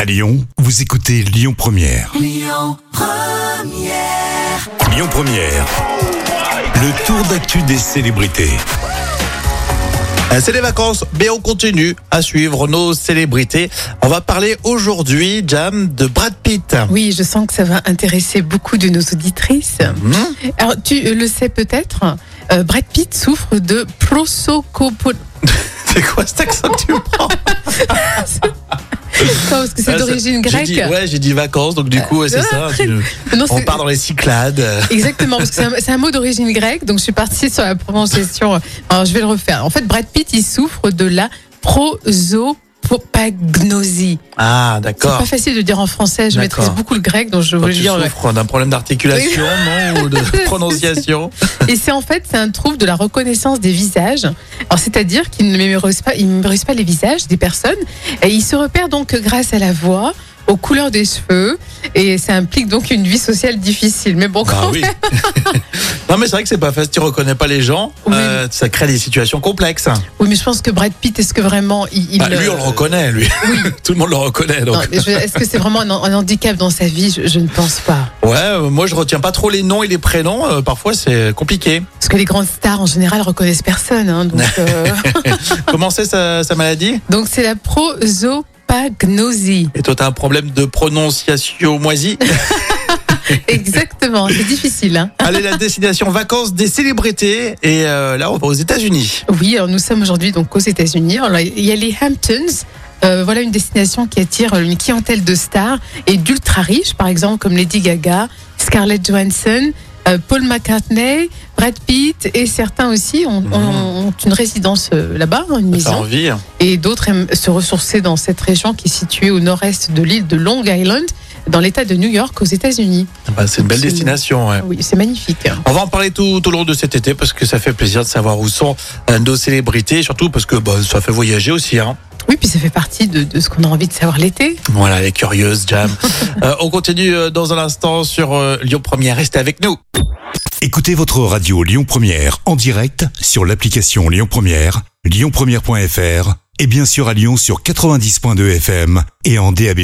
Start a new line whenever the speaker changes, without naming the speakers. À Lyon, vous écoutez Lyon Première. Lyon Première. Le tour d'actu des célébrités.
Euh, C'est les vacances, mais on continue à suivre nos célébrités. On va parler aujourd'hui, Jam, de Brad Pitt.
Oui, je sens que ça va intéresser beaucoup de nos auditrices.
Hmm
Alors, tu euh, le sais peut-être, euh, Brad Pitt souffre de prosocopo...
C'est quoi cet accent que tu prends
Non, parce que
Ah,
c'est d'origine
j'ai
grecque.
dit-
Euh,
Ouais, j'ai dit vacances, donc du coup, ouais, c'est ça. tu-
Non,
on
c'est-
part dans les Cyclades.
Exactement, parce que c'est un, c'est un mot d'origine grecque, donc je suis partie sur la prononciation. Alors, je vais le refaire. En fait, Brad Pitt, il souffre de la prosopagnosie.
Ah,
C'est pas
d'accord.
facile de dire en français, je
D'accord.
maîtrise beaucoup le grec, donc je
Quand
voulais
tu
dire...
souffres d'un problème d'articulation, non, ou de prononciation.
Et c'est en fait, c'est un trouble de la reconnaissance des visages. Alors, c'est-à-dire qu'il ne mémorise pas, il ne mémorise pas les visages des personnes. Et il se repère donc grâce à la voix, aux couleurs des cheveux. Et ça implique donc une vie sociale difficile. Mais bon,
Bah
quand
oui. non, mais c'est vrai que c'est pas facile. Tu reconnais pas les gens.
Oui.
euh, ça crée des situations complexes.
Oui, mais je pense que Brad Pitt, est-ce que vraiment il. il,
Bah, lui, on le
euh,
reconnaît, lui. Tout le monde le reconnaît. Donc.
non, mais je- Est-ce que c'est vraiment un, un handicap dans sa vie je, je ne pense pas.
Ouais, euh, moi je retiens pas trop les noms et les prénoms, euh, parfois c'est compliqué.
Parce que les grandes stars en général reconnaissent personne. hein, donc, euh,
Comment c'est sa, sa maladie
donc c'est la prosopagnosie.
Et toi t'as un problème de prononciation moisie
Exactement. C'est difficile. Hein.
Allez, la destination vacances des célébrités, et euh, là on va aux États-Unis.
Oui, alors nous sommes aujourd'hui donc aux États-Unis. Alors, Il y a les Hamptons. Euh, voilà une destination qui attire une clientèle de stars et d'ultra riches, par exemple comme Lady Gaga, Scarlett Johansson, euh, Paul McCartney, Brad Pitt et certains aussi ont,
Mhm.
ont- ont une résidence euh, là-bas, une
T'as
maison.
envie hein.
Et d'autres aiment se ressourcer dans cette région qui est située au nord-est de l'île de Long Island, dans l'État de New York aux États-Unis. Ah
Bah, C'est une belle destination. ouais.
Oui, c'est magnifique. hein.
On va en parler tout, tout au long de cet été parce que ça fait plaisir de savoir où sont euh, nos célébrités, surtout parce que bah, ça fait voyager aussi. Hein.
Oui, puis ça fait partie de, de ce qu'on a envie de savoir l'été.
Voilà, les curieuses, Jam. Euh, on continue euh, dans un instant sur euh, Lyon Première. Restez avec nous.
Écoutez votre radio Lyon Première en direct sur l'application Lyon Première, lyonpremière.fr et bien sûr à Lyon sur 90.2 FM et en DAB+.